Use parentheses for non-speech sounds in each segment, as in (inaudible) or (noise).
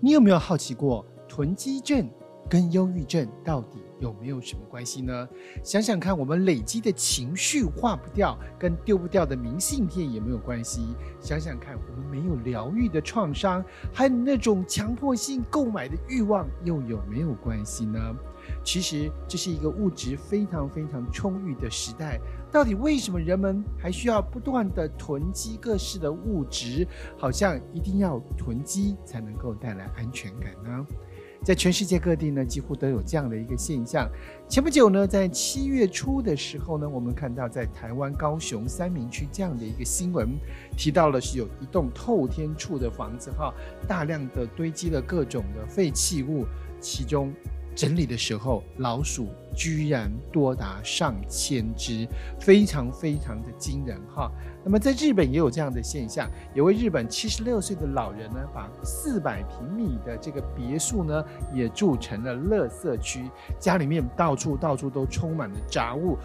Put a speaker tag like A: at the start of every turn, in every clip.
A: 你有没有好奇过囤积症跟忧郁症到底有没有什么关系呢？想想看，我们累积的情绪化不掉，跟丢不掉的明信片也没有关系。想想看，我们没有疗愈的创伤，还有那种强迫性购买的欲望，又有没有关系呢？其实这是一个物质非常非常充裕的时代，到底为什么人们还需要不断的囤积各式的物质？好像一定要囤积才能够带来安全感呢？在全世界各地呢，几乎都有这样的一个现象。前不久呢，在七月初的时候呢，我们看到在台湾高雄三明区这样的一个新闻，提到了是有一栋透天处的房子哈，大量的堆积了各种的废弃物，其中。整理的时候，老鼠居然多达上千只，非常非常的惊人哈。那么在日本也有这样的现象，有位日本七十六岁的老人呢，把四百平米的这个别墅呢，也住成了垃圾区，家里面到处到处都充满了杂物，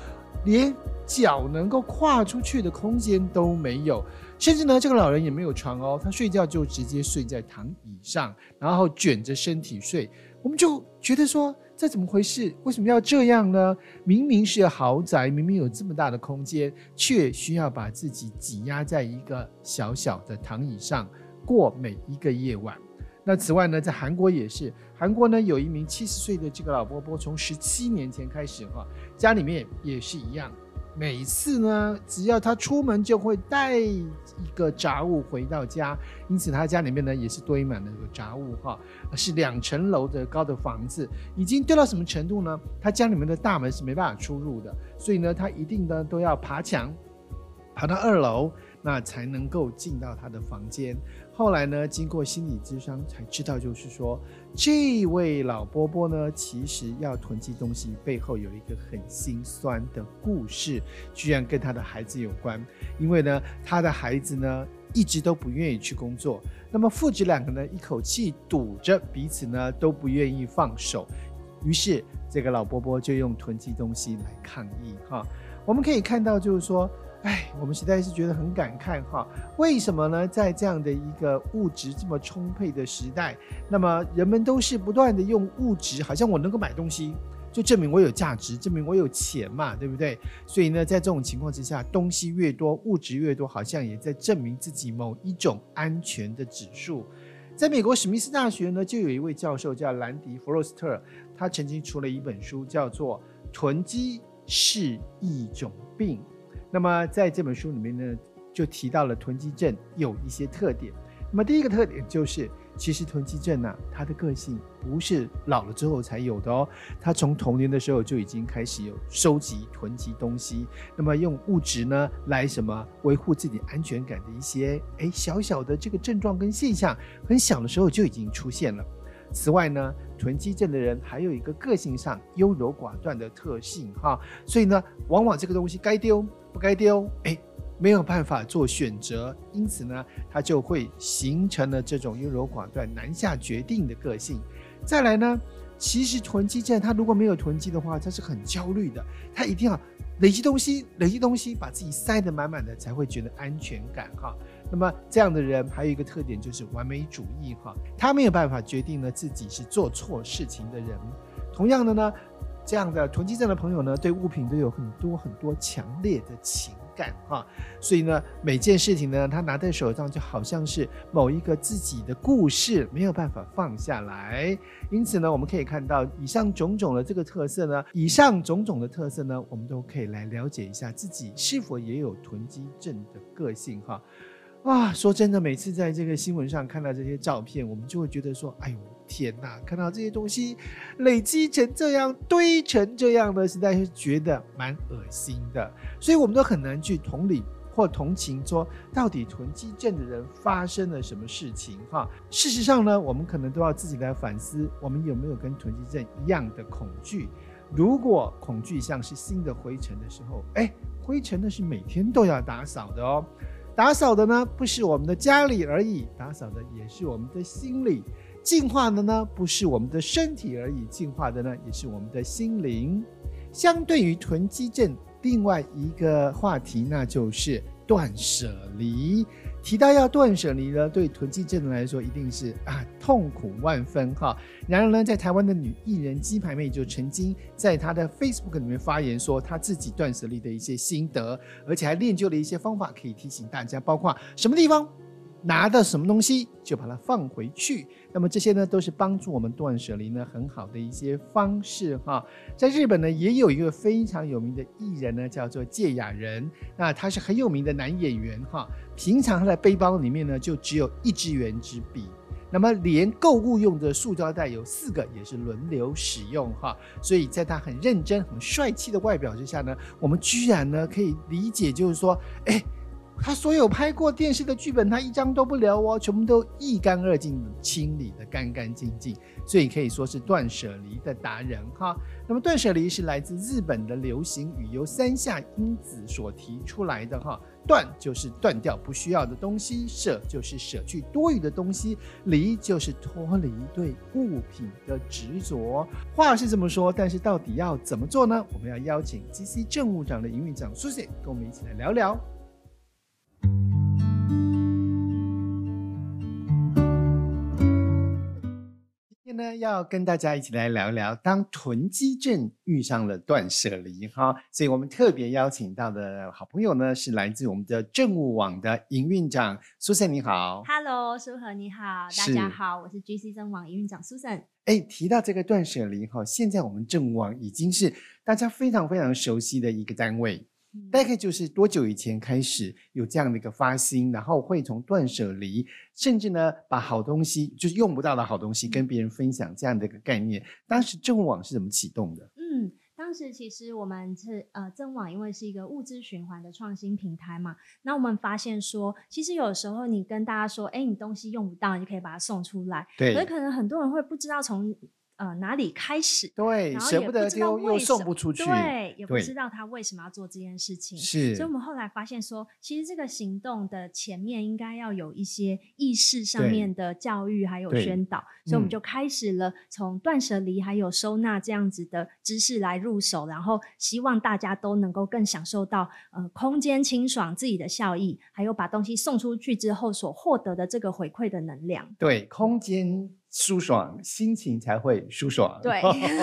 A: 连脚能够跨出去的空间都没有。甚至呢，这个老人也没有床哦，他睡觉就直接睡在躺椅上，然后卷着身体睡。我们就觉得说，这怎么回事？为什么要这样呢？明明是豪宅，明明有这么大的空间，却需要把自己挤压在一个小小的躺椅上过每一个夜晚。那此外呢，在韩国也是，韩国呢有一名七十岁的这个老伯伯，从十七年前开始哈，家里面也是一样。每次呢，只要他出门就会带一个杂物回到家，因此他家里面呢也是堆满了有杂物哈，是两层楼的高的房子，已经堆到什么程度呢？他家里面的大门是没办法出入的，所以呢，他一定呢都要爬墙，爬到二楼，那才能够进到他的房间。后来呢，经过心理咨商才知道，就是说这位老伯伯呢，其实要囤积东西背后有一个很心酸的故事，居然跟他的孩子有关。因为呢，他的孩子呢一直都不愿意去工作，那么父子两个呢一口气堵着彼此呢都不愿意放手，于是这个老伯伯就用囤积东西来抗议哈。我们可以看到，就是说。哎，我们实在是觉得很感慨哈。为什么呢？在这样的一个物质这么充沛的时代，那么人们都是不断的用物质，好像我能够买东西，就证明我有价值，证明我有钱嘛，对不对？所以呢，在这种情况之下，东西越多，物质越多，好像也在证明自己某一种安全的指数。在美国史密斯大学呢，就有一位教授叫兰迪·弗罗斯特，他曾经出了一本书，叫做《囤积是一种病》。那么在这本书里面呢，就提到了囤积症有一些特点。那么第一个特点就是，其实囤积症呢、啊，它的个性不是老了之后才有的哦，它从童年的时候就已经开始有收集、囤积东西，那么用物质呢来什么维护自己安全感的一些诶小小的这个症状跟现象，很小的时候就已经出现了。此外呢，囤积症的人还有一个个性上优柔寡断的特性哈，所以呢，往往这个东西该丢不该丢，哎，没有办法做选择，因此呢，他就会形成了这种优柔寡断、难下决定的个性。再来呢，其实囤积症他如果没有囤积的话，他是很焦虑的，他一定要累积东西，累积东西，把自己塞得满满的，才会觉得安全感哈。那么这样的人还有一个特点就是完美主义哈，他没有办法决定呢自己是做错事情的人。同样的呢，这样的囤积症的朋友呢，对物品都有很多很多强烈的情感哈，所以呢，每件事情呢，他拿在手上就好像是某一个自己的故事，没有办法放下来。因此呢，我们可以看到以上种种的这个特色呢，以上种种的特色呢，我们都可以来了解一下自己是否也有囤积症的个性哈。啊，说真的，每次在这个新闻上看到这些照片，我们就会觉得说：“哎呦，天哪！看到这些东西累积成这样、堆成这样的，实在是觉得蛮恶心的。”所以，我们都很难去同理或同情，说到底囤积症的人发生了什么事情？哈，事实上呢，我们可能都要自己来反思，我们有没有跟囤积症一样的恐惧？如果恐惧像是新的灰尘的时候，哎，灰尘呢是每天都要打扫的哦。打扫的呢，不是我们的家里而已，打扫的也是我们的心理；净化的呢，不是我们的身体而已，净化的呢，也是我们的心灵。相对于囤积症，另外一个话题那就是断舍离。提到要断舍离呢，对囤积症的人来说一定是啊痛苦万分哈。然而呢，在台湾的女艺人鸡排妹就曾经在她的 Facebook 里面发言说，她自己断舍离的一些心得，而且还练就了一些方法可以提醒大家，包括什么地方拿的什么东西就把它放回去。那么这些呢，都是帮助我们断舍离呢很好的一些方式哈。在日本呢，也有一个非常有名的艺人呢，叫做芥雅人，那他是很有名的男演员哈。平常他的背包里面呢，就只有一支圆珠笔。那么连购物用的塑胶袋有四个，也是轮流使用哈。所以在他很认真、很帅气的外表之下呢，我们居然呢可以理解，就是说，哎，他所有拍过电视的剧本，他一张都不留哦，全部都一干二净，清理的干干净净。所以可以说是断舍离的达人哈。那么断舍离是来自日本的流行语，由山下英子所提出来的哈。断就是断掉不需要的东西，舍就是舍去多余的东西，离就是脱离对物品的执着。话是这么说，但是到底要怎么做呢？我们要邀请 GC 政务长的营运长 Susie 跟我们一起来聊聊。今天呢，要跟大家一起来聊聊，当囤积症遇上了断舍离哈，所以我们特别邀请到的好朋友呢，是来自我们的政务网的营运长 Susan，你好。
B: Hello，舒和你好，大
A: 是
B: 家好，我是 GC 增网营运长 Susan。
A: 哎，提到这个断舍离哈，现在我们政务网已经是大家非常非常熟悉的一个单位。
B: 嗯
A: 大概就是多久以前开始有这样的一个发心，然后会从断舍离，甚至呢把好东西就是用不到的好东西跟别人分享这样的一个概念。当时政务网是怎么启动的？
B: 嗯，当时其实我们是呃，增网因为是一个物资循环的创新平台嘛，那我们发现说，其实有时候你跟大家说，哎，你东西用不到，你就可以把它送出来，可是
A: 对
B: 可能很多人会不知道从呃哪里开始，
A: 对，
B: 然后
A: 舍
B: 也
A: 不
B: 不
A: 得
B: 知道
A: 丢又
B: 为
A: 送
B: 什
A: 不出去，
B: 对，也不
A: 对
B: 知道他为什么要做这件事情。
A: 是
B: 所以我们后来发现说，其实这个行动的前面应该要有一些意识上
A: 对
B: 面的教育，还有
A: 对
B: 宣导，所以我
A: 嗯
B: 们就开始了从断舍离还有收纳这样子的知识来入手，然后希望大家都能够更享受到呃空间清爽自己的效益，还有把东西送出去之后所获得的这个回馈的能量。
A: 对，空间舒爽，心情才会舒爽。
B: 对
A: (laughs)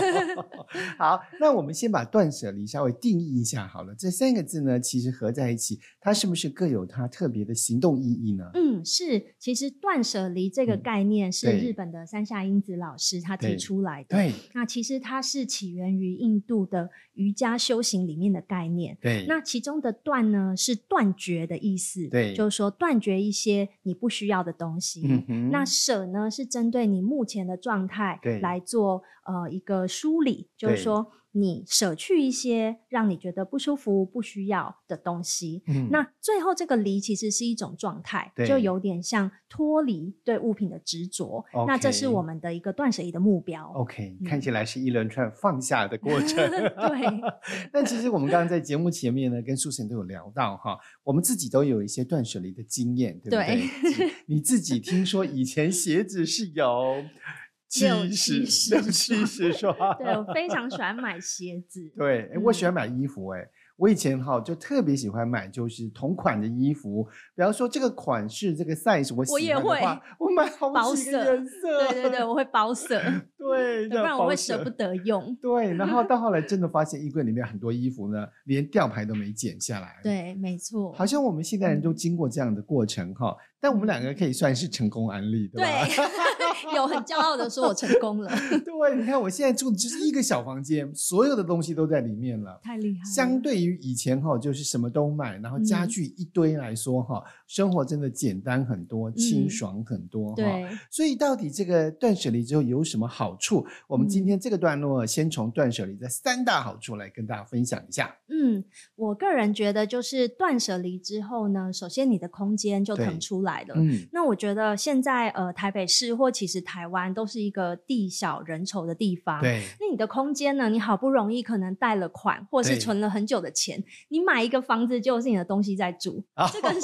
A: 好，那我们先把断舍离稍微定义一下好了。这三个字呢，其实合在一起，它是不是各有它特别的行动意义呢？
B: 嗯，是，其实断舍离这个
A: 嗯
B: 概念是
A: 对
B: 日本的山下英子老师他
A: 对
B: 提出来的。
A: 对
B: 那其实它是起源于印度的瑜伽修行里面的概念。
A: 对，
B: 那其中的断呢，是断绝的意思，
A: 对
B: 就是说断绝一些你不需要的东西。
A: 嗯哼，
B: 那舍呢，是针对你目前的状态
A: 对
B: 来做呃一个梳理，就是
A: 对
B: 说你舍去一些让你觉得不舒服、不需要的东西。
A: 嗯
B: 那最后这个离其实是一种状态，
A: 对
B: 就有点像脱离对物品的执着。那这是
A: OK
B: 我们的一个断舍离的目标。
A: OK，
B: 嗯
A: 看起来是一连串放下的过程。
B: (laughs) 对。
A: 但其实我们刚刚在节目前面呢，跟苏晨都有聊到哈，我们自己都有一些断舍离的经验，对不对？
B: 对
A: 是你自己听说以前鞋子是有
B: (laughs) 六
A: 七
B: 七
A: 十
B: 十
A: 六七十双，
B: 对我非常喜欢买鞋子。
A: (laughs) 对，诶我喜欢买衣服哎、我以前哈就特别喜欢买，就是同款的衣服，比方说这个款式、这个 size 我喜
B: 我也
A: 欢的
B: 会
A: 话，我买好
B: 包
A: 几个
B: 色
A: 颜色，
B: 对对对，我会
A: (laughs)
B: 包色，
A: 对，
B: 不
A: 样
B: 然我
A: 包
B: 会舍
A: 色
B: 不得用。
A: 对，然
B: (laughs)
A: 后到后来真的发现衣柜里面很多衣服呢，连吊牌都没剪下来。，
B: 对，没错。
A: 好像我们现代
B: 嗯
A: 人都经过这样的过程哈，但我们两个可以算是成功案例，对吧？
B: 对，有很骄傲的说我成功了，
A: (laughs) 对，你看我现在住的就是一个小房间，所有的东西都在里面了。
B: 太厉害了。
A: 相对于以前哈，就是什么都买，然后
B: 嗯
A: 家具一堆来说哈，生活真的简单很多，清爽很多哈。
B: 嗯对，
A: 所以到底这个断舍离之后有什么好处？我们今
B: 嗯
A: 天这个段落先从断舍离的三大好处来跟大家分享一下。
B: 嗯，我个人觉得就是断舍离之后呢，首先你的空间就
A: 对
B: 腾出来了。
A: 嗯，
B: 那我觉得现在呃，台北市或其实台湾都是一个地小人稠的地方。
A: 对，
B: 那你的空间呢？你好不容易可能贷了款，或是
A: 对
B: 存了很久的钱，你买一个房子就是你的东西在
A: (laughs)
B: 住， (laughs) 这个是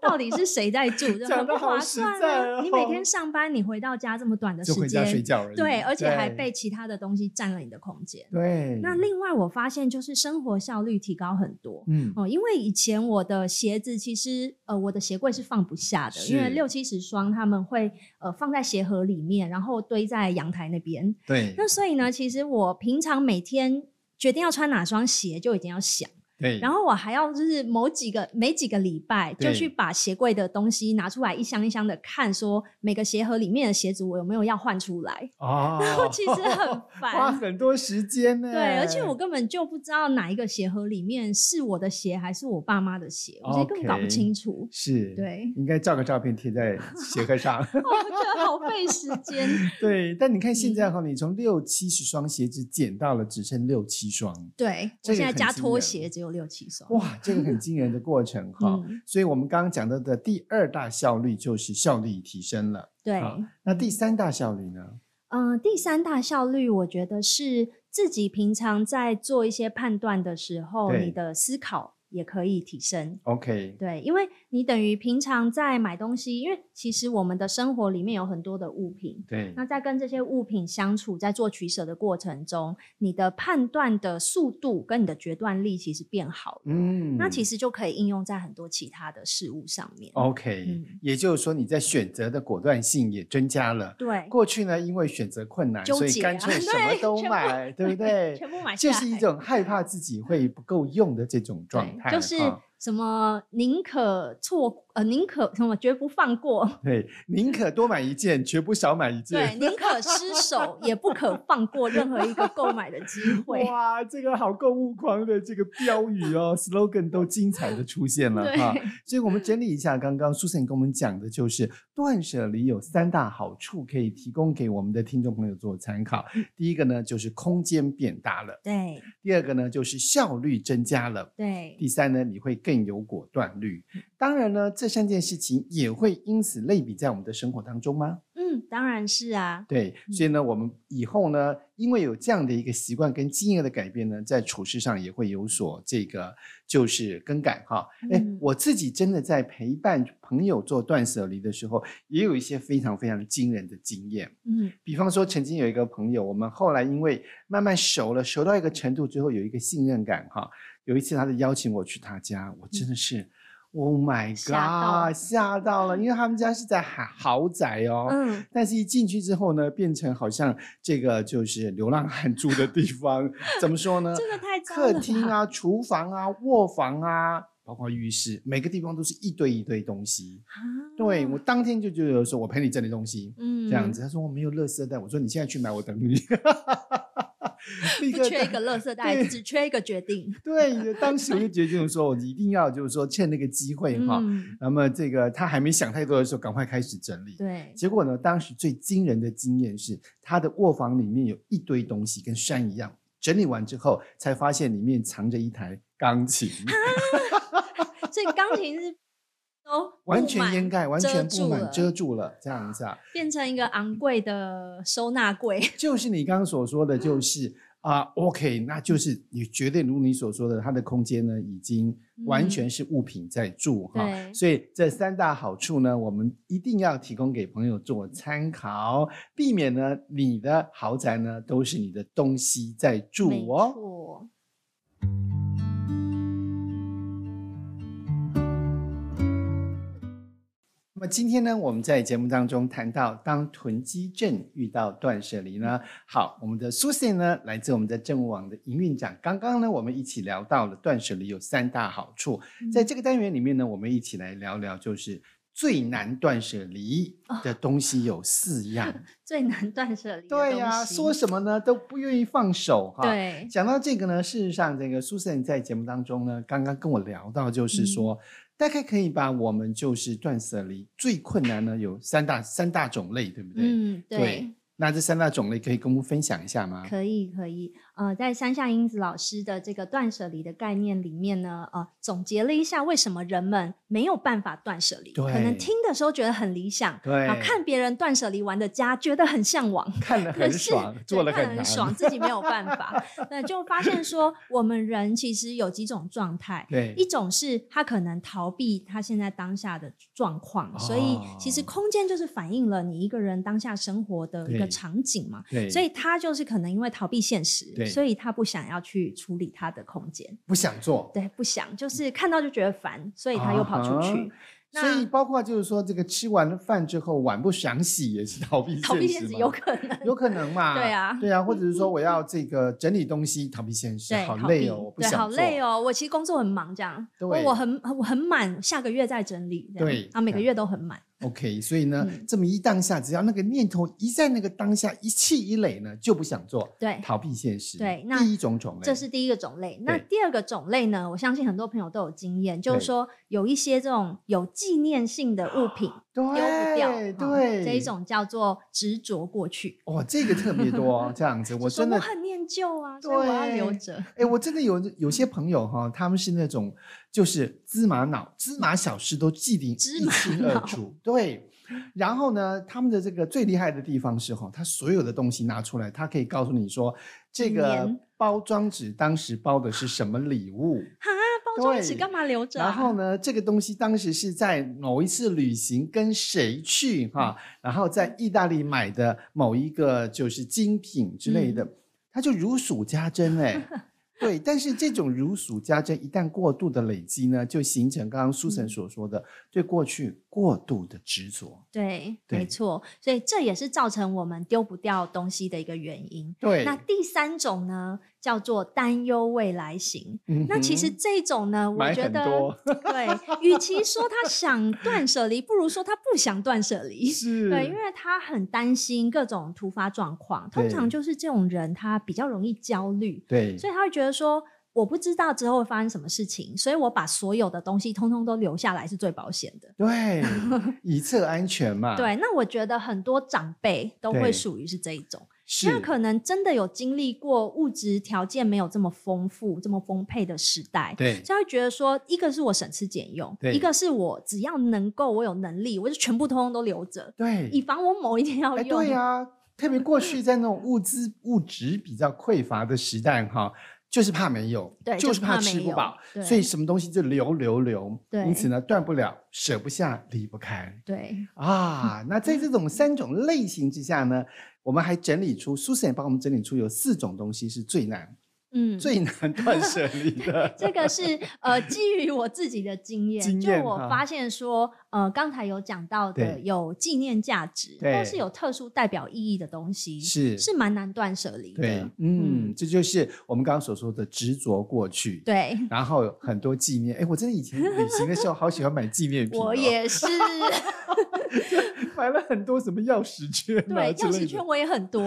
B: 到底是谁在住？这
A: 讲
B: 很
A: 得
B: 不
A: 好
B: 划
A: 实
B: 算
A: 在
B: 啊！
A: 哦
B: 你每天上班，你回到家这么短的
A: (laughs) 就
B: 时
A: 回家睡
B: 间，
A: 觉而已。
B: 对，而且还被其他的东西占了你的空间。
A: 对。
B: 那另外我发现就是生活效率提高很多。
A: 嗯，
B: 哦，因为以前我的鞋子其实呃，我的鞋柜是放不下的，因为
A: 是
B: 六七十双他们会呃放在鞋盒里面，然后堆在阳台那边。
A: 对
B: 那所以呢，其实我平常每天决定要穿哪双鞋就已经要想，
A: 对，
B: 然
A: 后
B: 后我还要就是某几个每几个礼拜就
A: 嗯对
B: 去把鞋柜的东西拿出来一箱一箱的看，说每个鞋盒里面的鞋子我有没有要换出来，
A: 哦，
B: 其实
A: (laughs)
B: 很烦
A: 花很多时间呢。
B: 对，而且我根本就不知道哪一个鞋盒里面是我的鞋还是我爸妈的鞋，我现在根本搞不
A: OK
B: 清楚。 (laughs)
A: 是，，
B: 对
A: 应该照个照片贴在鞋盒
B: (laughs)
A: 上。
B: 我觉得好费时间。 (laughs)
A: 对，但你看现
B: 嗯
A: 在哈，你从六七十双鞋子减到了只剩六七双，
B: 对
A: 这
B: 我
A: 个
B: 现在
A: 很
B: 加
A: 惊
B: 拖
A: 人
B: 鞋只有六七双。
A: 哇，这个很惊人的过程哈。
B: 嗯，
A: 所以我们刚刚讲到的第二大效率就是效率提升了。
B: 对。
A: 好那第三大效率呢？
B: 嗯、第三大效率，我觉得是自己平常在做一些判断的时候，
A: 对
B: 你的思考也可以提升。
A: OK，
B: 对，因为你等于平常在买东西，因为其实我们的生活里面有很多的物品，
A: 对，
B: 那在跟这些物品相处，在做取舍的过程中，你的判断的速度跟你的决断力其实变好了，
A: 嗯
B: 那其实就可以应用在很多其他的事物上面。
A: OK，、
B: 嗯
A: 也就是说你在选择的果断性也增加了。
B: 对，
A: 过去呢，因为选择困难，
B: 纠
A: 所以
B: 结
A: 干
B: 啊
A: 脆什
B: (laughs)
A: 么
B: 对
A: 都
B: 全部 (laughs)
A: 买，对不对
B: 全？部买下
A: 这
B: 来，
A: 是一种害怕自己会不够用的这种状
B: 对
A: 态，
B: 就是
A: 哈
B: 什么宁可错呃宁可什么绝不放过，
A: 对，宁可多买一件，绝不少买一
B: 对，
A: 件。
B: 宁可失手也不可放过任何一个购买的
A: (laughs)
B: 机会。
A: 哇，这个好购物狂的这个标语哦，slogan 都精彩的出现了
B: (laughs) 对
A: 哈。所以，我们整理一下刚刚 Susan 跟我们讲的，就是断舍离有三大好处可以提供给我们的听众朋友做参考。第一个呢，就是空间变大了；
B: 对
A: 第二个呢，就是效率增加了。
B: 对
A: 第三呢，你会更有果断力。当然呢，这三件事情也会因此类比在我们的生活当中吗？
B: 嗯，当然是啊，
A: 对，所以呢，我们以后呢，因为有这样的一个习惯跟经验的改变呢，在处事上也会有所这个就是更改哈。哎、
B: 嗯
A: 我自己真的在陪伴朋友做断舍离的时候，也有一些非常非常惊人的经验。
B: 嗯
A: 比方说，曾经有一个朋友，我们后来因为慢慢熟了，熟到一个程度之后，有一个信任感哈。有一次，他就邀请我去他家，我真的是、o h my
B: 嗯吓
A: God，吓到了，因为他们家是在豪豪宅哦。
B: 嗯，
A: 但是，一进去之后呢，变成好像这个就是流浪汉住的地方。怎么说呢？
B: 这个太糟了
A: 呃客
B: 吧
A: 厅啊、厨房啊、卧房啊，包括浴室，每个地方都是一堆一堆东西。
B: 啊
A: 对我当天就觉得说，我陪你整理东西。
B: 嗯
A: 这样子。他说我没有垃圾袋，我说你现在去买，我等你。 (laughs) 立
B: 不
A: 刻
B: 缺一个垃圾袋，
A: 对
B: 只缺一个决定。
A: (laughs) 对，当时我就决定说，我一定要就是说趁那个机会哈。
B: 嗯，
A: 那么这个他还没想太多的时候，赶快开始整理。
B: 对，
A: 结果呢，当时最惊人的经验是，他的卧房里面有一堆东西，跟山一样。整理完之后，才发现里面藏着一台钢琴，
B: 啊所以钢
A: (laughs)
B: 琴是都
A: 完
B: 布
A: 全
B: 满
A: 掩盖，完全布
B: 遮住
A: 满
B: 了
A: 遮住了，这样子啊。
B: 变成一个昂贵的收纳柜。
A: 就是你刚刚所说的，就是啊、o k 那就是你绝对如你所说的，它的空间呢已经完全是物品在住 (laughs) 哈、
B: 嗯对
A: 所以这三大好处呢，我们一定要提供给朋友做参考，避免呢你的豪宅呢都是你的东西在住
B: 没
A: 哦。
B: 错。
A: 那么今天呢，我们在节目当中谈到，当囤积症遇到断舍离呢，好，我们的 Susan 呢，来自我们的政务网的营运长。刚刚呢，我们一起聊到了断舍离有三大好处，
B: 嗯
A: 在这个单元里面呢，我们一起来聊聊，就是最难断舍离
B: 哦
A: 的东西有四
B: (laughs)
A: 样。
B: 最难断舍离的
A: 对呀、啊
B: 东西
A: 说什么呢都不愿意放手哈。
B: 对
A: 讲到这个呢，事实上，这个 Susan 在节目当中呢，刚刚跟我聊到，
B: 嗯
A: 就是说，大概可以把我们就是断舍离最困难呢有三大三大种类，对不对？嗯
B: 嗯，对，
A: 那这三大种类可以跟我们分享一下吗？
B: 可以，可以。呃，在山下英子老师的这个断舍离的概念里面呢，呃，总结了一下为什么人们没有办法断舍离。可能
A: 对
B: 听的时候觉得很理想，
A: 对
B: 然后，看别人断舍离完的家，觉得很向往。
A: 看了很
B: 可是
A: 爽，做了
B: 对看
A: 很
B: 得
A: 难，
B: 爽，自己没有办
A: (laughs)
B: 法。对，就发现说，我们人其实有几种状态，
A: 对，
B: 一种是他可能逃避他现在当下的状况，所以其实
A: 哦
B: 空间就是反映了你一个人当下生活的一个
A: 对
B: 场景嘛。
A: 对，
B: 所以他就是可能因为逃避现实，
A: 对
B: 所以他不想要去处理他的空间，
A: 不想做，
B: 对，不想，就是看到就觉得烦，所以他又跑出
A: 啊
B: 去。那
A: 所以包括就是说，这个吃完饭之后碗不想洗也是逃避
B: 逃避现
A: 实
B: 实
A: 吗
B: 有可能，
A: (laughs) 有可能嘛？
B: 对啊
A: 对啊，或者是
B: (laughs)
A: 说我要这个整理东西，逃避现实，
B: 对，
A: 好
B: 逃
A: 累
B: 避
A: 哦，我不
B: 对，
A: 想
B: 好累
A: 哦。
B: 哦，我其实工作很忙，这样，
A: 对
B: 我我很我很满，下个月再整理，这样
A: 对
B: 啊，每个
A: 嗯
B: 月都很满，
A: OK，所以呢，
B: 嗯
A: 这么一当下，只要那个念头一在那个当下一气一累呢，就不想做，
B: 对。
A: 逃避现实。
B: 对那
A: 第一种种类，
B: 这是第一个种类。那
A: 对
B: 第二个种类呢？我相信很多朋友都有经验，就是
A: 对
B: 说有一些这种有纪念性的物品
A: 丢
B: 丢不掉，
A: 哦对，
B: 哈
A: 对
B: 这一。种叫做执着过去。
A: 哇，这个特别多哦，这样
B: (laughs)
A: 子，我
B: 就说
A: 真的
B: 我很念旧啊，所以我要留
A: 对
B: 着。
A: 哎，我真的有有些朋友哈、他们是那种就是芝麻脑、芝麻小事都记得一
B: 芝麻
A: 清
B: 脑
A: 二楚。对，然后呢，他们的这个最厉害的地方是哈、他所有的东西拿出来，他可以告诉你说，这个
B: 年
A: 包装纸当时包的是什么礼物，
B: 哈，包装纸
A: 对
B: 干嘛留着、啊？
A: 然后呢，这个东西当时是在某一次旅行跟谁去哈、
B: 嗯
A: 然后在意大利买的某一个就是精品之类
B: 嗯
A: 的，它就如数家珍哎、
B: (laughs)
A: 对，但是这种如数家珍一旦过度的累积呢，就形成刚刚苏
B: 嗯
A: 晨所说的对过去过度的执着。
B: 对，没
A: 对
B: 错，所以这也是造成我们丢不掉东西的一个原因。
A: 对，
B: 那第三种呢，叫做担忧未来型。
A: 嗯
B: 那其实
A: 哼
B: 这种呢，我
A: 买
B: 觉
A: 很
B: 得
A: 多
B: 对，与其说他想断舍离，不如说他不想断舍
A: (laughs)
B: 离。
A: 是
B: 对，因为他很担心各种突发状况，通
A: 对
B: 常就是这种人，他比较容易焦虑。
A: 对
B: 所以他会觉得说，我不知道之后会发生什么事情，所以我把所有的东西通通都留下来是最保险的。
A: 对以策安全嘛，，
B: 对，那我觉得很多长辈都会
A: 啊对
B: 属于是这一种，
A: 是
B: 那可能真的有经历过物质条件没有这么丰富、这么丰沛的时代，
A: 对
B: 所以他会觉得说，一个是我省吃俭用，
A: 对
B: 一个是我只要能够，我有能力，我就全部通通都留着，
A: 对
B: 以防我某一天要
A: 嗯哎，
B: 用。
A: 对呀、特别过去在那种物资物质比较匮乏的时代哈，就是怕没有，
B: 对就
A: 就是是
B: 怕
A: 怕
B: 没
A: 吃不
B: 有
A: 饱，
B: 对
A: 所以什么东西就留留留，
B: 对
A: 因此呢断不了，舍不下，离不开
B: 对 (laughs)
A: 啊。那在这种三种类型之下呢，我们还整理出 Susan 帮我们整理出有四种东西是最难、
B: 嗯，
A: 最
B: (laughs)
A: 难断舍离的，
B: 这个是呃，基于我自己的经验，
A: 经
B: 就
A: 验
B: 我
A: 哈
B: 发现说，呃，刚才有讲到的
A: 对
B: 有纪念价值或
A: 对
B: 是有特殊代表意义的东西，
A: 是
B: 是蛮难断舍离
A: 对
B: 的。，
A: 嗯，这就是我们刚刚所说的执着过去。
B: 对，
A: 然后有很多纪念，哎，我真的以前旅行的时候好喜欢买纪念品、哦。
B: 我也是， (laughs)
A: (laughs) 买了很多什么钥匙圈、啊、
B: 对，
A: 之
B: 钥
A: 类
B: 匙
A: 的
B: 圈，我也很
A: (laughs)
B: 多。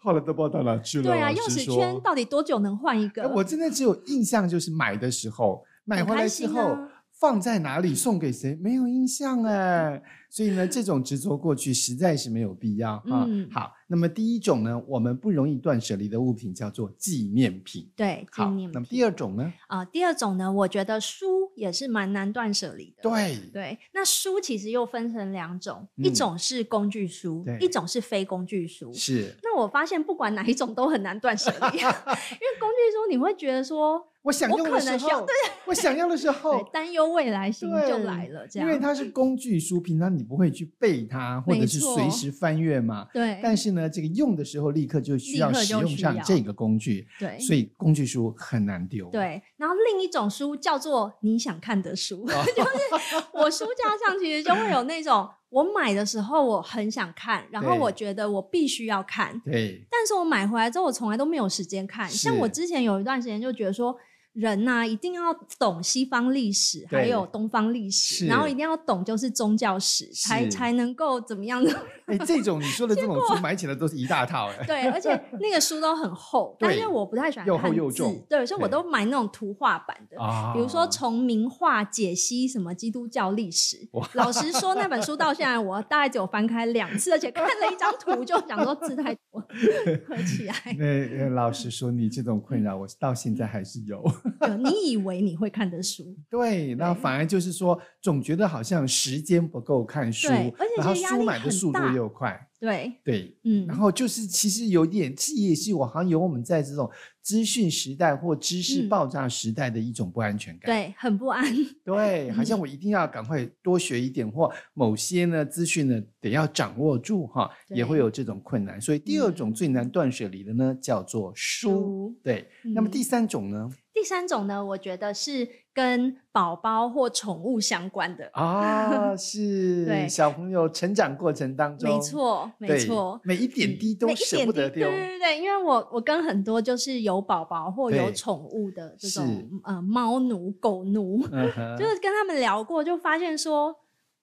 A: 后来都不知道到哪去了。
B: 对啊，
A: 老
B: 钥
A: 实
B: 匙
A: 说
B: 圈到底多久能换一
A: 哎
B: 个？
A: 我真的只有印象，就是买的时候，买
B: 很
A: 回
B: 开
A: 来
B: 心
A: 之后、
B: 啊嗯
A: 放在哪里，送给谁，没有印象哎。所以呢，这种执着过去实在是没有必要啊。
B: 嗯
A: 好，那么第一种呢，我们不容易断舍离的物品叫做纪念品。
B: 对，纪
A: 好，
B: 念
A: 那么
B: 品
A: 第二种呢？
B: 啊、第二种呢，我觉得书也是蛮难断舍离的。
A: 对
B: 对，那书其实又分成两种，一
A: 嗯
B: 种是工具书，
A: 对
B: 一种是非工具书。
A: 是
B: 那我发现不管哪一种都很难断舍
A: (laughs)
B: 离，因为工具书你会觉得说，
A: 我想
B: 我
A: 用
B: 可
A: 的时
B: 能需要
A: 候，我想要的时候
B: 对，，担忧未来型
A: 哦对，
B: 就来了，这
A: 因为
B: 样。
A: 它是工具书，平常你不会去背它，或
B: 没
A: 者是随
B: 错
A: 时翻阅嘛。
B: 对，
A: 但是呢，这个用的时候立刻就需
B: 立
A: 要
B: 刻
A: 使
B: 就
A: 用
B: 需
A: 上
B: 要
A: 这个工具，
B: 对
A: 所以工具书很难丢。，
B: 对，然后另一种书叫做你想看的书，
A: 哦
B: (laughs) 就是我书架上其实就会有那种我买的时候我很想看，然后
A: 对
B: 我觉得我必须要看，
A: 对
B: 但是我买回来之后我从来都没有时间看。像我
A: 是
B: 之前有一段时间就觉得说。人呐、一定要懂西方历史，还
A: 对
B: 有东方历史，
A: 是
B: 然后一定要懂就是宗教史，才
A: 是 (laughs)
B: 才能够怎么样的。
A: 哎，这种你
B: (laughs)
A: 说的这种书买起来都是一大套哎。
B: 对，而且那个书都很厚，但
A: 对
B: 因为我不太喜欢
A: 又厚
B: 看
A: 又
B: 字
A: 重
B: 对，所以我
A: 对
B: 都买那种图画版的。
A: 啊
B: 比如说从名画解析什么基督教历史
A: 哇。
B: 老实说，那本书到现在我大概只有翻开两次，而且看了一张图就想说字太多， (laughs) 合起来。
A: 那呃老实说，你这种困扰我到现在还是有。 (laughs)
B: (laughs) 有你以为你会看的书，
A: 对，那
B: 对
A: 反而就是说，总觉得好像时间不够看书
B: 对而且，
A: 然后
B: 这个压力
A: 书买的
B: 很
A: 速度
B: 大
A: 又快，
B: 对，
A: 对。
B: 嗯，
A: 然后就是，其实有点，这也是我好像有我们在这种资讯时代或知识
B: 嗯
A: 爆炸时代的一种不安全感。
B: 对，嗯很不安，
A: 对，好像我一定要赶快多学一点，或某些呢资讯呢得要掌握住哈，
B: 对嗯
A: 也会有这种困难。所以第二种最难断舍离的呢，叫做书。
B: 书
A: 对，那么第
B: 嗯
A: 三种呢？
B: 第三种呢，我觉得是跟宝宝或宠物相关的， (laughs)
A: 啊，是
B: 对
A: 小朋友成长过程当中，
B: 没，错，没
A: 对
B: 错，，嗯
A: 每一点滴
B: 每
A: 都
B: 一
A: 舍
B: 点
A: 不得
B: 滴
A: 丢，
B: 对对对，因为我我跟很多就是有宝宝或有
A: 对
B: 宠物的这
A: 是
B: 种呃猫奴、狗奴，
A: 嗯哼
B: 就是跟他们聊过，就发现说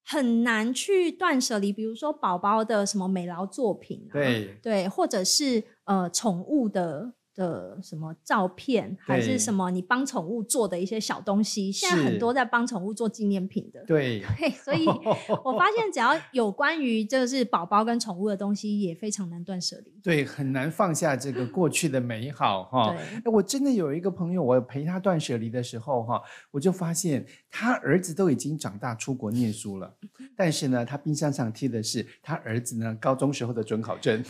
B: 很难去断舍离，比如说宝宝的什么美劳作品啊， (laughs)
A: 对
B: 对或者是呃宠物的。的什么照片，还
A: 对
B: 是什么你帮宠物做的一些小东西，现在
A: 是
B: 很多在帮宠物做纪念品的，
A: 对，
B: 对，所
A: (laughs)
B: 以 (laughs) 我发现只要有关于就是宝宝跟宠物的东西，也非常难断舍离。
A: 对，很难放下这个过去的美好哈。 (laughs)
B: 对，
A: 哎我真的有一个朋友，我陪他断舍离的时候哈，我就发现他儿子都已经长大出国念书了，
B: 嗯
A: 但是呢，他冰箱上贴的是他儿子呢高中时候的准考证。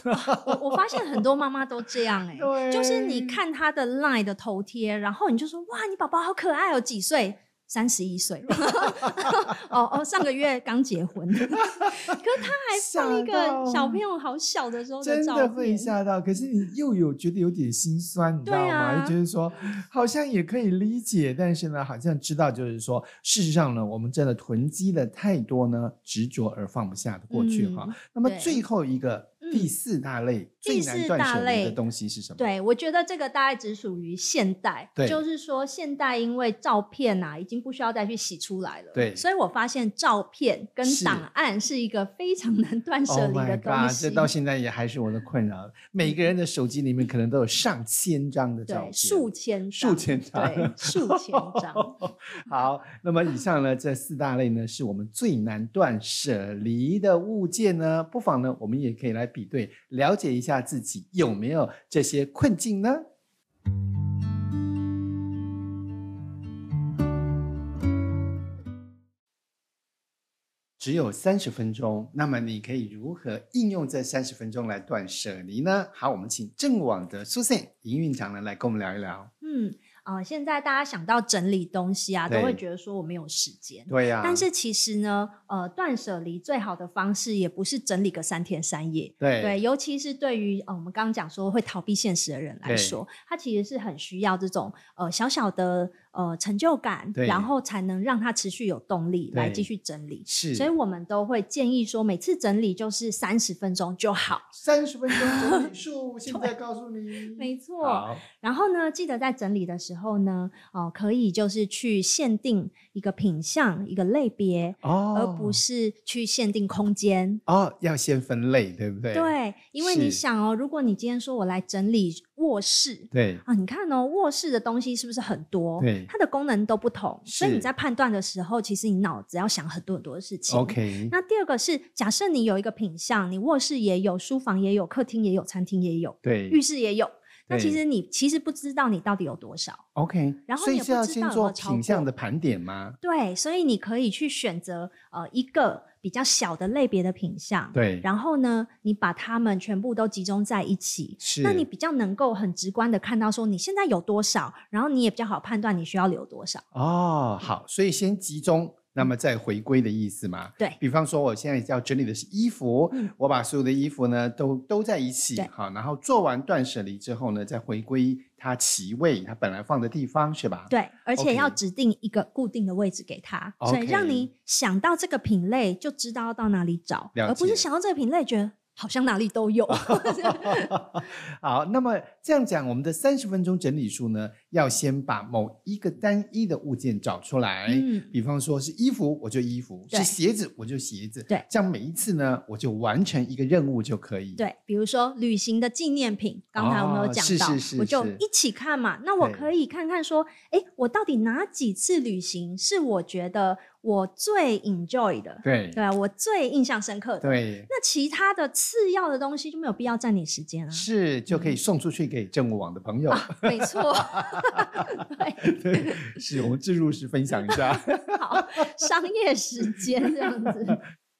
B: 我我发现很多妈妈都这样哎、
A: 对
B: 就是你看她的 LINE 的头贴，然后你就说哇，你宝宝好可爱哦，几岁？三十一岁， (laughs) 哦哦，上个月刚结婚， (laughs) 可是他还放
A: 吓
B: 一个
A: 到
B: 小朋友好小的时候
A: 真
B: 照
A: 的会
B: 片，
A: 吓到，可是你又有觉得有点心酸，你知
B: 对
A: 道吗？
B: 啊
A: 就是说，好像也可以理解，但是呢，好像知道，就是说，事实上呢，我们真的囤积了太多呢，执着而放不下的过去哈。
B: 嗯
A: 那么
B: 对
A: 最后一个
B: 嗯
A: 第四大类、最
B: 第
A: 难
B: 四
A: 断
B: 大
A: 舍离的
B: 类
A: 东西是什么？
B: 对，我觉得这个大概只属于现代
A: 对，
B: 就是说现代因为照片啊，已经不需要再去洗出来了。
A: 对
B: 所以我发现照片跟
A: 是
B: 档案是一个非常难 (laughs) 断舍
A: Oh
B: 离
A: my
B: 的东
A: god！
B: 西。嗯
A: 这到现在也还是我的困
B: (laughs)
A: 扰。每个人的手机里面可能都有上千张的照
B: 对
A: 片，
B: 数千张，
A: 数千张
B: 对，数千张。
A: (laughs) 好，那么以上呢这四大类呢是我们最难断舍离的物件呢，不妨呢我们也可以来比对，了解一下自己有没有这些困境呢？只有三十分钟，那么你可以如何应用这三十分钟来断舍离呢？好，我们请正网的 Susan 营运长呢来跟我们聊一聊。
B: 嗯，啊，现在大家想到整理东西啊，都
A: 对
B: 会觉得说我没有时间。
A: 对啊呀、
B: 但是其实呢，呃，断舍离最好的方式也不是整理个三天三夜，
A: 对
B: 对，尤其是对于呃我们刚刚讲说会逃避现实的人来
A: 对
B: 说，他其实是很需要这种呃小小的呃成就感，
A: 对
B: 然后才能让他持续有动力来
A: 对
B: 继续整理。
A: 是，
B: 所以我们都会建议说，每次整理就是三十分钟就好。
A: (laughs) 三十分钟整理
B: (laughs)
A: 术，现在告诉你，
B: 没错。
A: 嗯好，
B: 然后呢，记得在整理的时候呢，哦、可以就是去限定一个品相、一个类别，
A: 哦
B: 而不是去限定空间。
A: 哦，要先分类，对不对？
B: 对，因为
A: 是
B: 你想哦，如果你今天说我来整理卧室，
A: 对
B: 啊，你看哦，卧室的东西是不是很多？
A: 对
B: 它的功能都不同，所以
A: 是
B: 你在判断的时候，其实你脑子要想很多很多的事情。
A: ，OK，
B: 那第二个是，假设你有一个品相，你卧室也有，书房也有，客厅也有，餐厅也有，
A: 对
B: 浴室也有。那
A: 嗯
B: 其
A: 对
B: 实你其实不知道你到底有多少，
A: ，OK，
B: 然后
A: 所
B: 你
A: 以
B: 也
A: 是
B: 不
A: 要
B: 知道
A: 先
B: 有没
A: 做
B: 有超
A: 品相
B: 过
A: 的盘点吗？
B: 对，所以你可以去选择呃一个比较小的类别的品相，
A: 对，
B: 然后呢，你把它们全部都集中在一起，
A: 是，
B: 那你比较能够很直观的看到说你现在有多少，然后你也比较好判断你需要留多少。
A: 哦，好，所以先集中，那么再回归的意思嘛。
B: 嗯对
A: 比方说，我现在要整理的是衣服，
B: 嗯
A: 我把所有的衣服呢都都在一起，
B: 对
A: 好，然后做完断舍离之后呢，再回归它其位，它本来放的地方，是吧？
B: 对，而且
A: OK
B: 要指定一个固定的位置给它所以让
A: OK
B: 你想到这个品类就知道要到哪里找，
A: 了
B: 而不
A: 解
B: 是
A: 哦
B: 想到这个品类觉得好像哪里都有。 (laughs)
A: (laughs) 好，那么这样讲，我们的三十分钟整理术呢，要先把某一个单一的物件找出来。
B: 嗯
A: 比方说是衣服，我就衣服；
B: 对
A: 是鞋子，我就鞋子。
B: 对
A: 这样每一次呢，我就完成一个任务就可以。，
B: 对，比如说旅行的纪念品，刚才我们有
A: 哦
B: 讲
A: 是
B: 到，
A: 是是
B: 我就是一起看嘛。那我
A: 对
B: 可以看看说，诶，我到底哪几次旅行是我觉得我最 enjoy 的，
A: 对，
B: 对啊，我最印象深刻的。
A: 对，
B: 那其他的次要的东西就没有必要占你时间啊。 (laughs) 嗯
A: 是就可以送出去给政务网的朋友。
B: 没错，
A: 对， (laughs) 是我们自入式分享一下。
B: (laughs) 好，商业时间这样
A: (laughs)
B: 子，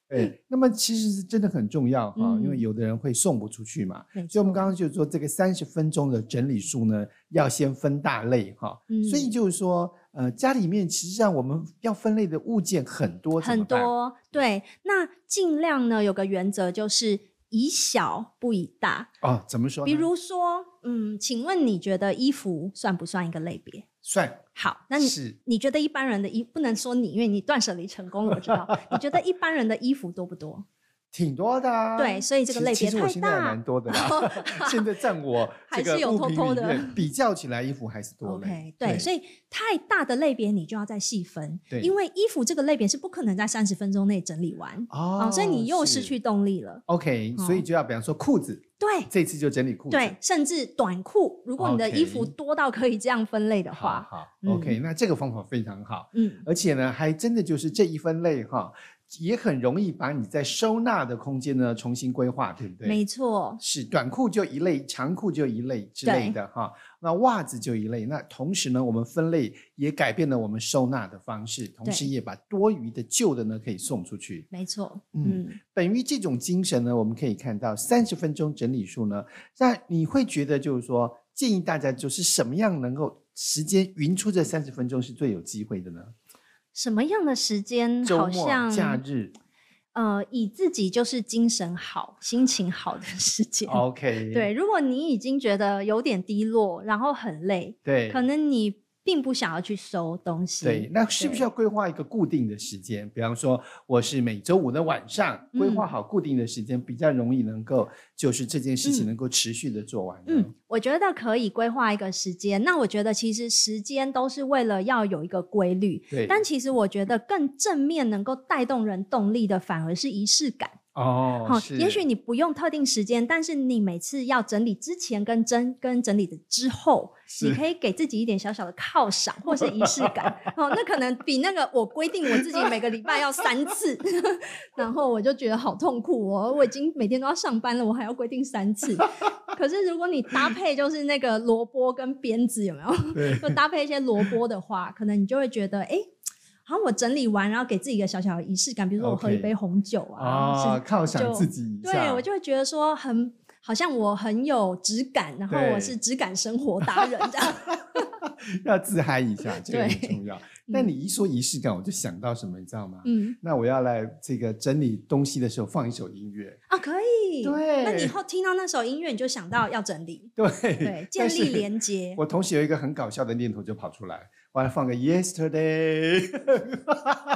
A: 对，那么其实是真的很重要哈、因为
B: 嗯
A: 有的人会送不出去嘛，
B: 没
A: 所以我们
B: 错
A: 刚刚就说这个三十分钟的整理术呢，要先分大类哈、
B: 嗯
A: 所以就是说，呃，家里面其实上我们要分类的物件很多，怎
B: 很
A: 么办，
B: 多对。那尽量呢，有个原则就是以小不以大。
A: 哦，怎么说呢？
B: 比如说，嗯，请问你觉得衣服算不算一个类别？
A: 算
B: 好，那你
A: 是
B: 你觉得一般人的衣不能说你，因为你断舍离成功了，我知
A: (laughs)
B: 道。你觉得一般人的衣服多不多？
A: 挺多的、啊，
B: 对所以这个
A: 其
B: 类
A: 其
B: 别
A: 实我
B: 太
A: 现在还
B: 大
A: 蛮多的啦， (laughs) 现在占我这
B: (laughs) 还是
A: 个
B: 有
A: 物
B: 偷
A: 品
B: 偷
A: 里
B: 的 (laughs)
A: 面比较起来，衣服还是多嘞。
B: OK，对，所
A: 以
B: 以太大的类别你就要再细分
A: 对，
B: 因为衣服这个类别是不可能在三十分钟内整理完
A: 哦
B: 啊、所以你又失
A: 是
B: 去动力了。
A: OK，、所以就要比方说裤子，
B: 对
A: 这次就整理裤子，
B: 对，甚至短裤，如果你的衣服
A: OK
B: 多到可以这样分类的
A: 好
B: 话，
A: 好、
B: 嗯
A: o k 那这个方法非常好，
B: 嗯，
A: 而且呢，还真的就是这一分类哈，也很容易把你在收纳的空间呢重新规划，对不对？
B: 没错，
A: 是短裤就一类，长裤就一类之类的哈。那袜子就一类。那同时呢，我们分类也改变了我们收纳的方式，同时也把多余的旧的呢可以送出去。
B: 没错，
A: 嗯
B: 嗯
A: 本于这种精神呢，我们可以看到三十分钟整理术呢，那你会觉得就是说，建议大家就是什么样能够时间匀出这三十分钟是最有机会的呢？
B: 什么样的时间
A: 周
B: 嗯好
A: 末、
B: 像
A: 假日
B: 呃，以自己就是精神好、心情好的时间。
A: 哦，OK，
B: 对，如果你已经觉得有点低落，然后很累，
A: 对，
B: 可能你并不想要去收东西。
A: 对，那是不是
B: 对
A: 要规划一个固定的时间？比方说，我是每周五的晚上规划
B: 嗯
A: 好固定的时间，比较容易能够就是这件事情
B: 嗯
A: 能够持续的做完呢。
B: 嗯，我觉得可以规划一个时间。那我觉得其实时间都是为了要有一个规律，
A: 对。
B: 但其实我觉得更正面能够带动人动力的，反而是仪式感。
A: 哦，
B: 好
A: 是
B: 也许你不用特定时间，但是你每次要整理之前跟整跟整理的之后，你
A: 是
B: 可以给自己一点小小的犒赏或是仪式感。哦，那可能比那个我规定我自己每个礼拜要三次， (laughs) 然后我就觉得好痛苦哦，我已经每天都要上班了，我还要规定三次。可是如果你搭配就是那个萝卜跟鞭子，有没 (laughs) 有？
A: 对
B: 就搭配一些萝卜的话，可能你就会觉得，哎、好像我整理完，然后给自己一个小小的仪式感，比如说我喝一
A: OK
B: 杯红酒啊是
A: 啊，犒赏
B: 就
A: 自己一
B: 对
A: 下，
B: 我就会觉得说很。好像我很有质感，然后
A: 对
B: 我是质感生活达人这样。 (laughs)
A: 要自嗨一下，这个很
B: 对
A: 重要。但你一说仪式感，我就想到什么，你知道吗？
B: 嗯
A: 那我要来这个整理东西的时候放一首音乐，
B: 啊，可以。
A: 对
B: 那你以后听到那首音乐，你就想到要整理，
A: 对，
B: 对，建
A: 但是
B: 立连接。嗯
A: 我同时有一个很搞笑的念头就跑出来，我要放个 Yesterday， (laughs)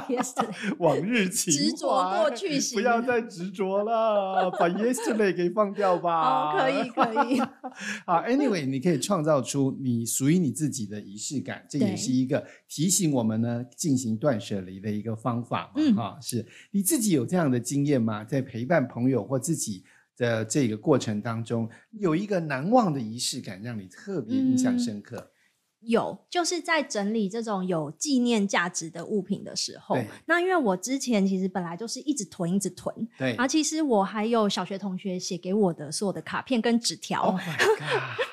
B: Yesterday
A: 往日情
B: 执着
A: 怀
B: 过去型
A: 不要再执着了，
B: (laughs)
A: 把 yesterday 给放掉吧。
B: 哦，可以。可以，
A: (laughs) 好，anyway，你可以创造出你属于你自己的仪式感，这也
B: 对
A: 是一个提醒我们呢进行断舍离的一个方法嘛。
B: 嗯
A: 哈、是你自己有这样的经验吗？在陪伴朋友或自己。的这个过程当中，有一个难忘的仪式感，让你特别印象
B: 嗯
A: 深刻。
B: 有，就是在整理这种有纪念价值的物品的时候
A: 对，
B: 那因为我之前其实本来就是一直囤，一直囤，
A: 对，
B: 然后其实我还有小学同学写给我的所有的卡片跟纸条、
A: Oh my god！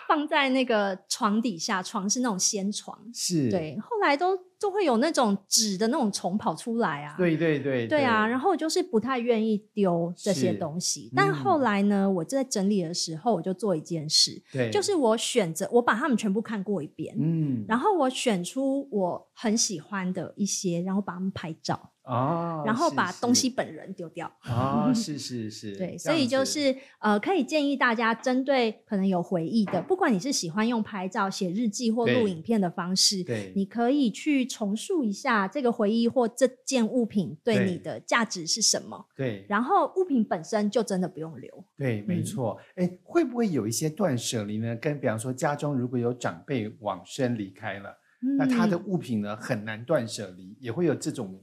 B: 放在那个床底下，床是那种仙床，
A: 是，
B: 对，后来都都会有那种纸的那种虫跑出来啊，
A: 对对对
B: 对啊，然
A: 后
B: 后我就是不太愿意丢这些
A: 是嗯
B: 东西，但后来呢，我在整理的时候，我就做一件事，
A: 对，
B: 就是我选择我把它们全部看过一遍，
A: 嗯，
B: 然后我选出我很喜欢的一些，然后把它们拍照。
A: 哦，
B: 然后
A: 是
B: 把东
A: 是
B: 西本人丢掉。
A: 哦，是是是，
B: (laughs) 对，
A: 这
B: 所以
A: 样
B: 就
A: 子
B: 是呃，可以建议大家针对可能有回忆的，不管你是喜欢用拍照、写日记或录
A: 对
B: 影片的方式，
A: 对
B: 你可以去重述一下这个回忆或这件物品对
A: 对
B: 你的价值是什么。
A: 对
B: 然后物品本身就真的不用留，
A: 对，没
B: 嗯
A: 错。哎，会不会有一些断舍离呢？跟比方说家中如果有长辈往生离开了，那他的
B: 嗯
A: 物品呢很难断舍离，也会有这种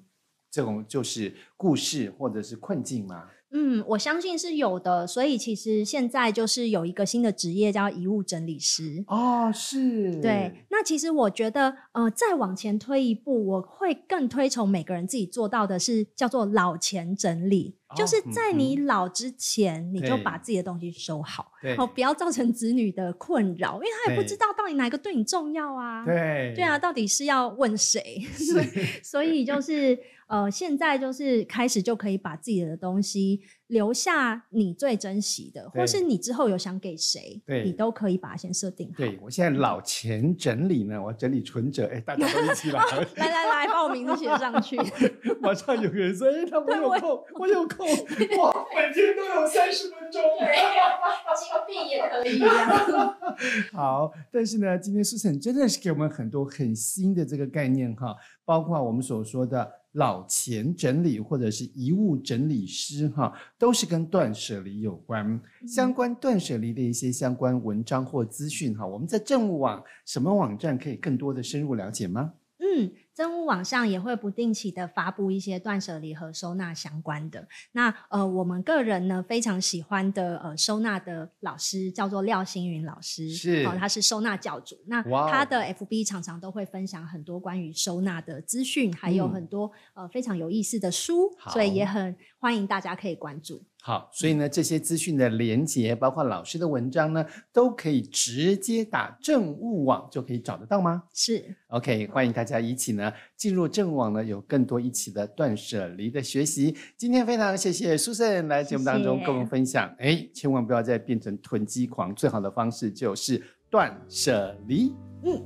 A: 这种就是故事或者是困境吗？
B: 嗯，我相信是有的。所以其实现在就是有一个新的职业叫遗物整理师。
A: 哦，是，
B: 对，，那其实我觉得，呃，再往前推一步，我会更推崇每个人自己做到的是叫做老钱整理，就
A: 哦
B: 是
A: 嗯
B: 在你老之前，你就
A: 对
B: 把自己的东西收好，
A: 对，
B: 哦，不要造成子女的困扰，因为他也不
A: 对
B: 知道到底哪个对你重要啊。
A: 对，
B: 对啊，，到底是要问谁？所以就是呃，现在就是开始就可以把自己的东西留下你最珍惜的，或
A: 对
B: 是你之后有想给谁，
A: 对
B: 你都可以把它先设定好。
A: 对我现在老钱整理呢，我整理存折，哎，大家都一起来，
B: 来来来，把我名字写上去。
A: 马上有个人说，哎，那我
B: 对
A: 有
B: 我
A: 空，我有空，哇，每天都有三十分钟。
B: 金币也可以、
A: 好，但是呢，今天苏晨真的是给我们很多很新的这个概念哈，包括我们所说的老钱整理或者是遗物整理师哈，都是跟断舍离有关。相关断舍离的一些相关文章或资讯哈，我们在政务网什么网站可以更多的深入了解吗？
B: 嗯，真屋网上也会不定期的发布一些断舍离和收纳相关的。那呃，我们个人呢非常喜欢的呃收纳的老师叫做廖星云老师，
A: 是
B: 哦，他是收纳教主。那
A: 哇哦
B: 他的 FB 常常都会分享很多关于收纳的资讯，还有
A: 嗯
B: 很多、呃非常有意思的书，所
A: 好
B: 以也很欢迎大家可以关注。
A: 好，所
B: 嗯
A: 以呢，这些资讯的连接，包括老师的文章呢，都可以直接打政务网就可以找得到吗？
B: 是，
A: OK，欢迎大家一起呢进入正网呢，有更多一起的断舍离的学习。今天非常谢谢苏胜来节目当中
B: 谢谢
A: 跟我们分享，哎，千万不要再变成囤积狂，最好的方式就是断舍离。
B: 嗯，